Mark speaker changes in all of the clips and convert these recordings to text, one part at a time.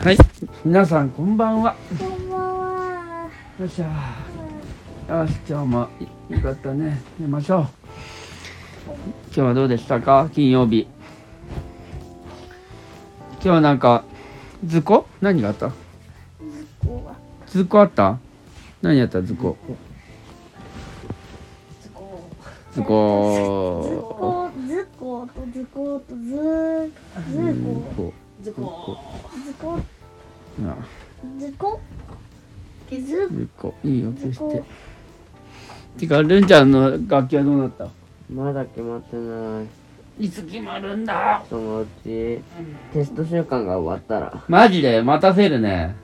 Speaker 1: はい、皆さんこんばんは。
Speaker 2: こんばんは。
Speaker 1: よっしゃー。よし、今日もいよかったね。寝ましょう。今日はどうでしたか金曜日。今日はなんか、図工何があった
Speaker 2: こは。
Speaker 1: 図工あった何やった図工。
Speaker 2: ずこ。
Speaker 1: 図
Speaker 2: ず
Speaker 1: 工。
Speaker 2: こ、ずこと、ずこと、ず。ずこ。
Speaker 3: ずこ
Speaker 2: ずこ、
Speaker 1: なあ
Speaker 2: ずこ。ず、
Speaker 1: 図工。いい音して。てか、ルンちゃんの楽器はどうなった
Speaker 3: まだ決まってない
Speaker 1: いつ決まるんだ
Speaker 3: そのうちテスト週間が終わったら
Speaker 1: マジで待たせるね。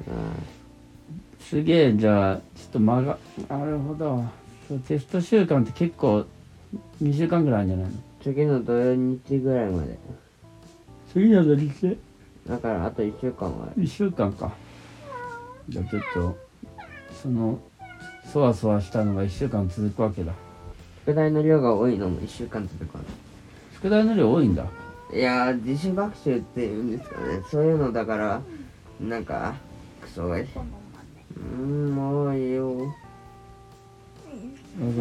Speaker 3: う
Speaker 1: すげえじゃあちょっと間がなるほどそうテスト週間って結構2週間ぐらいあるんじゃないの
Speaker 3: ん次の土日ぐらいまで
Speaker 1: 次の土日
Speaker 3: だからあと1週間はある
Speaker 1: 1週間かじゃあちょっとそのそわそわしたのが1週間続くわけだ
Speaker 3: 宿題の量が多いのも1週間続くわ
Speaker 1: 宿題の量多いんだ
Speaker 3: いやー自主学習っていうんですかねそういうのだからなんかクソがいいうーんもういいよ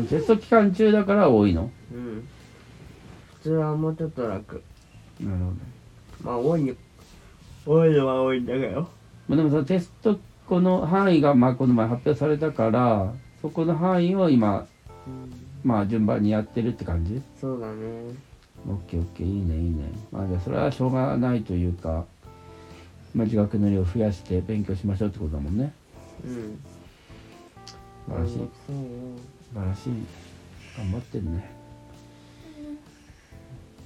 Speaker 1: テスト期間中だから多いの
Speaker 3: うん普通はもうちょっと楽
Speaker 1: なるほど、
Speaker 3: まあ多いよ多いのは多いんだけど
Speaker 1: まあ、でもそのテストこの範囲が、まあ、この前発表されたからそこの範囲を今まあ順番にやってるって感じ
Speaker 3: そうだね
Speaker 1: オッケーオッケーいいねいいねまあじゃあそれはしょうがないというか、まあ、自学の量を増やして勉強しましょうってことだもんね
Speaker 3: うん
Speaker 1: 素晴らしい素
Speaker 3: そうよ
Speaker 1: 晴らしい頑張ってるね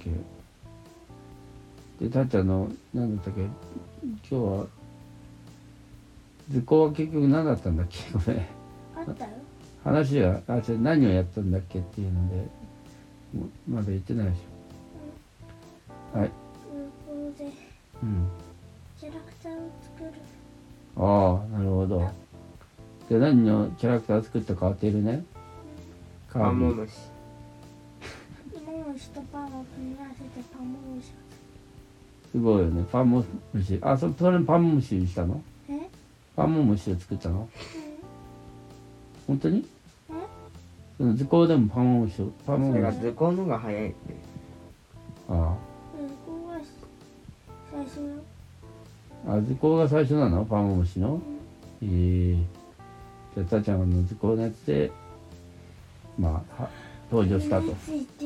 Speaker 1: オッケーでたっちゃんの何だったっけ今日は図工は結局何だったんだっけ ごめん
Speaker 2: あったよ。
Speaker 1: 話はあじゃ何をやったんだっけっていうのでもうまだ言ってないでしょはい
Speaker 2: これで、
Speaker 1: うん
Speaker 2: キャラクターを作る。
Speaker 1: ああなるほどで何のキャラクター作ったか当てるねカ
Speaker 3: あ
Speaker 1: ービ
Speaker 3: も
Speaker 1: ィ
Speaker 3: もし
Speaker 2: 芋虫とパンを組み合わせて、パンも虫。
Speaker 1: すごいよねパンも虫あそそれパンも虫にしたの
Speaker 2: え、
Speaker 1: パンも虫を作ったの本当に
Speaker 2: え、
Speaker 1: その図工でもパンも虫をパンも
Speaker 3: それが
Speaker 1: 虫
Speaker 3: 図工の方が早いね
Speaker 1: あ
Speaker 2: ずこは。最初の。
Speaker 1: ああ図工が最初なのパンも虫のええじゃあたーちゃんの図工のやつでまあは登場したと
Speaker 2: について。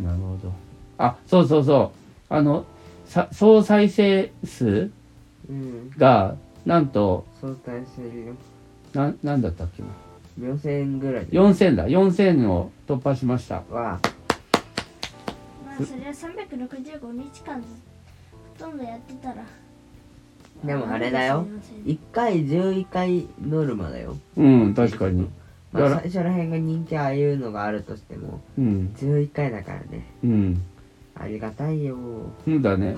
Speaker 1: なるほどあそうそうそうあのさ総再生数
Speaker 3: うん
Speaker 1: がなんと
Speaker 3: 相対するよ
Speaker 1: なんなんだったっけな
Speaker 3: 4 0円ぐらい
Speaker 1: 4000だ4000を突破しました
Speaker 3: は
Speaker 2: まあ、それは三百六十五日間ず。ほとんどやってたら。
Speaker 3: でもあれだよ1回11回ノルマだよ、
Speaker 1: うん確かに
Speaker 3: ま
Speaker 1: だ
Speaker 3: あ、
Speaker 1: から
Speaker 3: 最初らへんが人気ああいうのがあるとしても
Speaker 1: うん
Speaker 3: 11回だからね
Speaker 1: うん
Speaker 3: ありがたいよ
Speaker 1: そうだね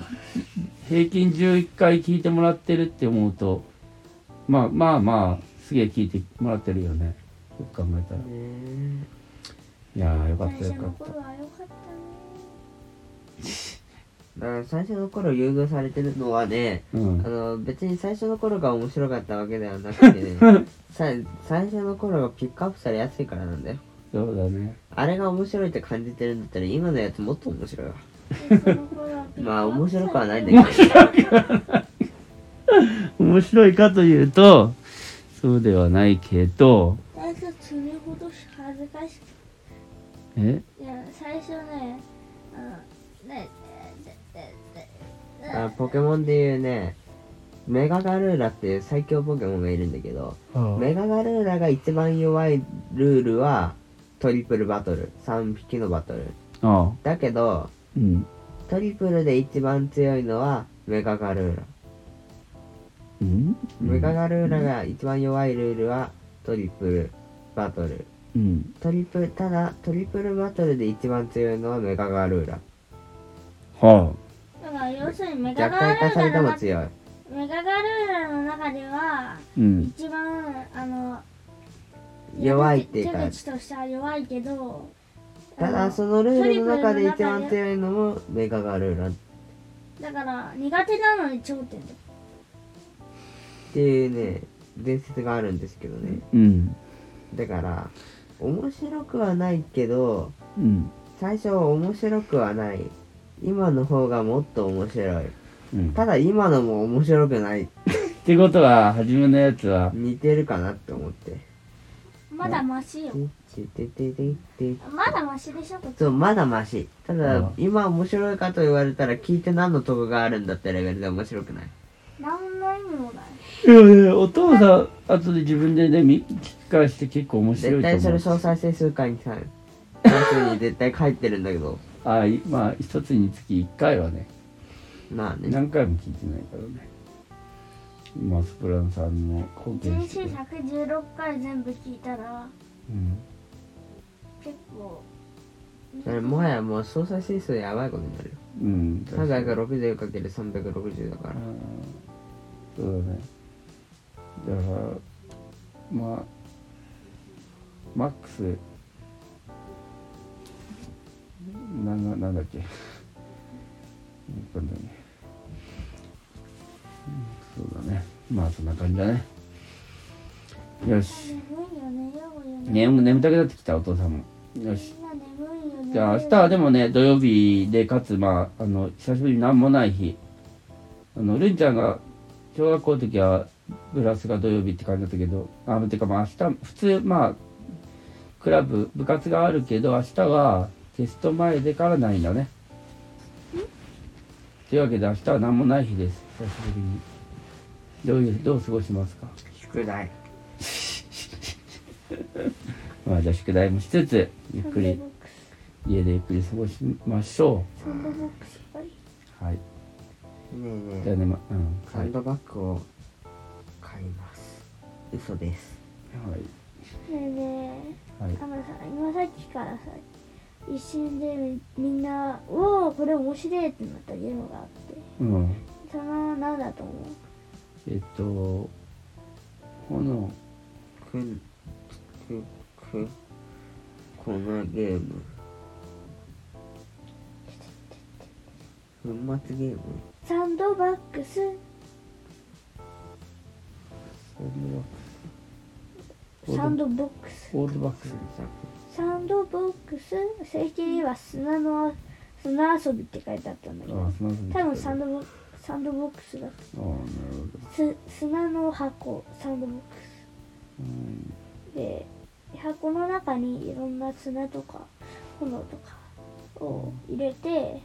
Speaker 1: 平均11回聞いてもらってるって思うとまあまあまあすげえ聞いてもらってるよねよく考えたら
Speaker 3: ね
Speaker 1: いやーよか
Speaker 2: 最
Speaker 1: ったよ
Speaker 2: 初
Speaker 1: か
Speaker 2: の
Speaker 1: った
Speaker 2: 頃は良かったね。
Speaker 3: だから最初の頃優遇されてるのはね
Speaker 1: う
Speaker 3: あ
Speaker 1: ん
Speaker 3: の別に最初の頃が面白かったわけではなくて ねさ最初の頃がピックアップされやすいからなんだよ
Speaker 1: そうだね
Speaker 3: あれが面白いって感じてるんだったら今のやつもっと面白いわ
Speaker 2: でその頃は
Speaker 3: まあ面白くはないんだけど
Speaker 1: 面白いかというとそうではないけど
Speaker 2: 最初それほど恥ずかしく
Speaker 1: え
Speaker 2: いや最初ねあのねねねねね
Speaker 3: あポケモンでいうねメガガルーラっていう最強ポケモンがいるんだけどメガガルーラが一番弱いルールはトリプルバトル3匹のバトル
Speaker 1: ああ
Speaker 3: だけど
Speaker 1: うん
Speaker 3: トリプルで一番強いのはメガガルーラ
Speaker 1: うん
Speaker 3: メガガルーラが一番弱いルールはトリプルバトル
Speaker 1: うん
Speaker 3: トリプルただトリプルバトルで一番強いのはメガガルーラ
Speaker 1: は
Speaker 2: だから要するにメガガ
Speaker 3: 弱体
Speaker 2: ル
Speaker 3: 化
Speaker 2: ー
Speaker 3: されて
Speaker 2: ラの
Speaker 3: も
Speaker 2: 中
Speaker 3: 強い
Speaker 2: メガガルーラの中では
Speaker 1: あうん
Speaker 2: 一番あの
Speaker 3: 弱いっていう
Speaker 2: 手
Speaker 3: か
Speaker 2: 口としては弱いけど
Speaker 3: た
Speaker 2: あ
Speaker 3: だ
Speaker 2: の
Speaker 3: そのルールの中で一番強いのもメガガルーラ
Speaker 2: だから苦手なのに頂点だ
Speaker 3: っていうね伝説があるんですけどね
Speaker 1: うん
Speaker 3: だから面白くはないけど
Speaker 1: うん
Speaker 3: 最初は面白くはない今の方がもっと面白い
Speaker 1: うん
Speaker 3: ただ今のも面白くない
Speaker 1: ってことは初めのやつは
Speaker 3: 似てるかなって思って
Speaker 2: まだマシよ
Speaker 3: ててててて
Speaker 2: まだマシでしょこっち
Speaker 3: そうまだマシただ、
Speaker 1: うん
Speaker 3: 今面白いかと言われたら聞いて何の得があるんだってレベルで面白くない
Speaker 2: 何の意味もない
Speaker 1: いやいやお父さん後で自分でね見聞き返して結構面白
Speaker 3: 絶
Speaker 1: いと
Speaker 3: 対
Speaker 1: 思
Speaker 3: そうれ総再生数回にさ回数に絶対書いてるんだけど
Speaker 1: ああいまあ一つにつき1回はね
Speaker 3: まあね
Speaker 1: 何回も聞いてないからねマスプランさんの貢献
Speaker 2: 人
Speaker 1: して
Speaker 2: 生
Speaker 1: る、
Speaker 2: 116回全部聞いたら
Speaker 1: うん、
Speaker 2: 結構
Speaker 3: それもはやもう総再生数やばいことになるよ
Speaker 1: うん、
Speaker 3: サザエが
Speaker 1: 確か
Speaker 3: 60×360 だから
Speaker 1: にうんそうだねだからまあマックスなななんだっけわかんないねうんそうだねまあそんな感じだねよし
Speaker 2: 眠いよねようよね
Speaker 1: 眠眠たくなってきたお父さんもよし
Speaker 2: みんな眠いよね
Speaker 1: じゃあ明日はでもね土曜日でかつまああの久しぶりに何もない日あのるんちゃんが小学校の時はブラスが土曜日って感じだったけどあてかまあ明日普通まあクラブ部活があるけど明日はテスト前でからないんだねというわけで明日は何もない日です久しぶりにどういうどう過ごしますか
Speaker 3: 宿題
Speaker 1: まあじゃあ宿題もしつつゆっく
Speaker 2: サン
Speaker 1: り
Speaker 2: ドボックス
Speaker 1: 家でゆっくり過ごしましょ
Speaker 2: サンドボックスあれ
Speaker 1: うはい
Speaker 3: ねえね
Speaker 1: じゃ
Speaker 3: え
Speaker 1: あねまうん
Speaker 3: サンドバッグを買います嘘です
Speaker 1: は
Speaker 2: ねえね
Speaker 1: いはい
Speaker 2: え、あのさ、今さっきからさ、一瞬でみみんな、おお、これ面白いってなったゲームがあって、
Speaker 1: うん
Speaker 2: その、なんだと思う
Speaker 1: えっと炎
Speaker 3: くんくくこのゲーム粉末ゲーム
Speaker 2: サンドバックス、
Speaker 1: オールバックス
Speaker 2: サンドボックス。
Speaker 1: オールバックス
Speaker 2: サンドボックス、正規には砂の、砂遊びって書いてあったんだけ
Speaker 1: あ
Speaker 2: ど
Speaker 1: あ、すみません
Speaker 2: 多分サンドボックス、サンドボックスだっ
Speaker 1: ああなるほど
Speaker 2: たす砂の箱、サンドボック
Speaker 1: うん
Speaker 2: ス。で、箱の中にいろんな砂とか、炎とかを入れて、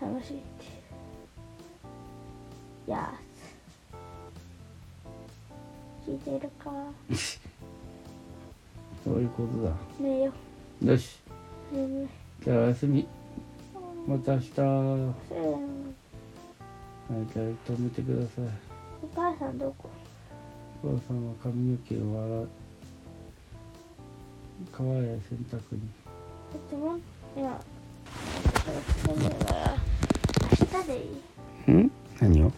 Speaker 2: 楽しいっていう。やー聞いてるか
Speaker 1: そういうこと
Speaker 2: ねえよ。
Speaker 1: だよし
Speaker 2: 眠い。
Speaker 1: じゃあおやすみまた明日は
Speaker 2: うん
Speaker 1: いじゃあ止めてください
Speaker 2: お母さんどこ
Speaker 1: お母さんは髪の毛を洗う川や洗濯に
Speaker 2: ちょっともいや、ちょっと待って明日でいい。
Speaker 1: ん何を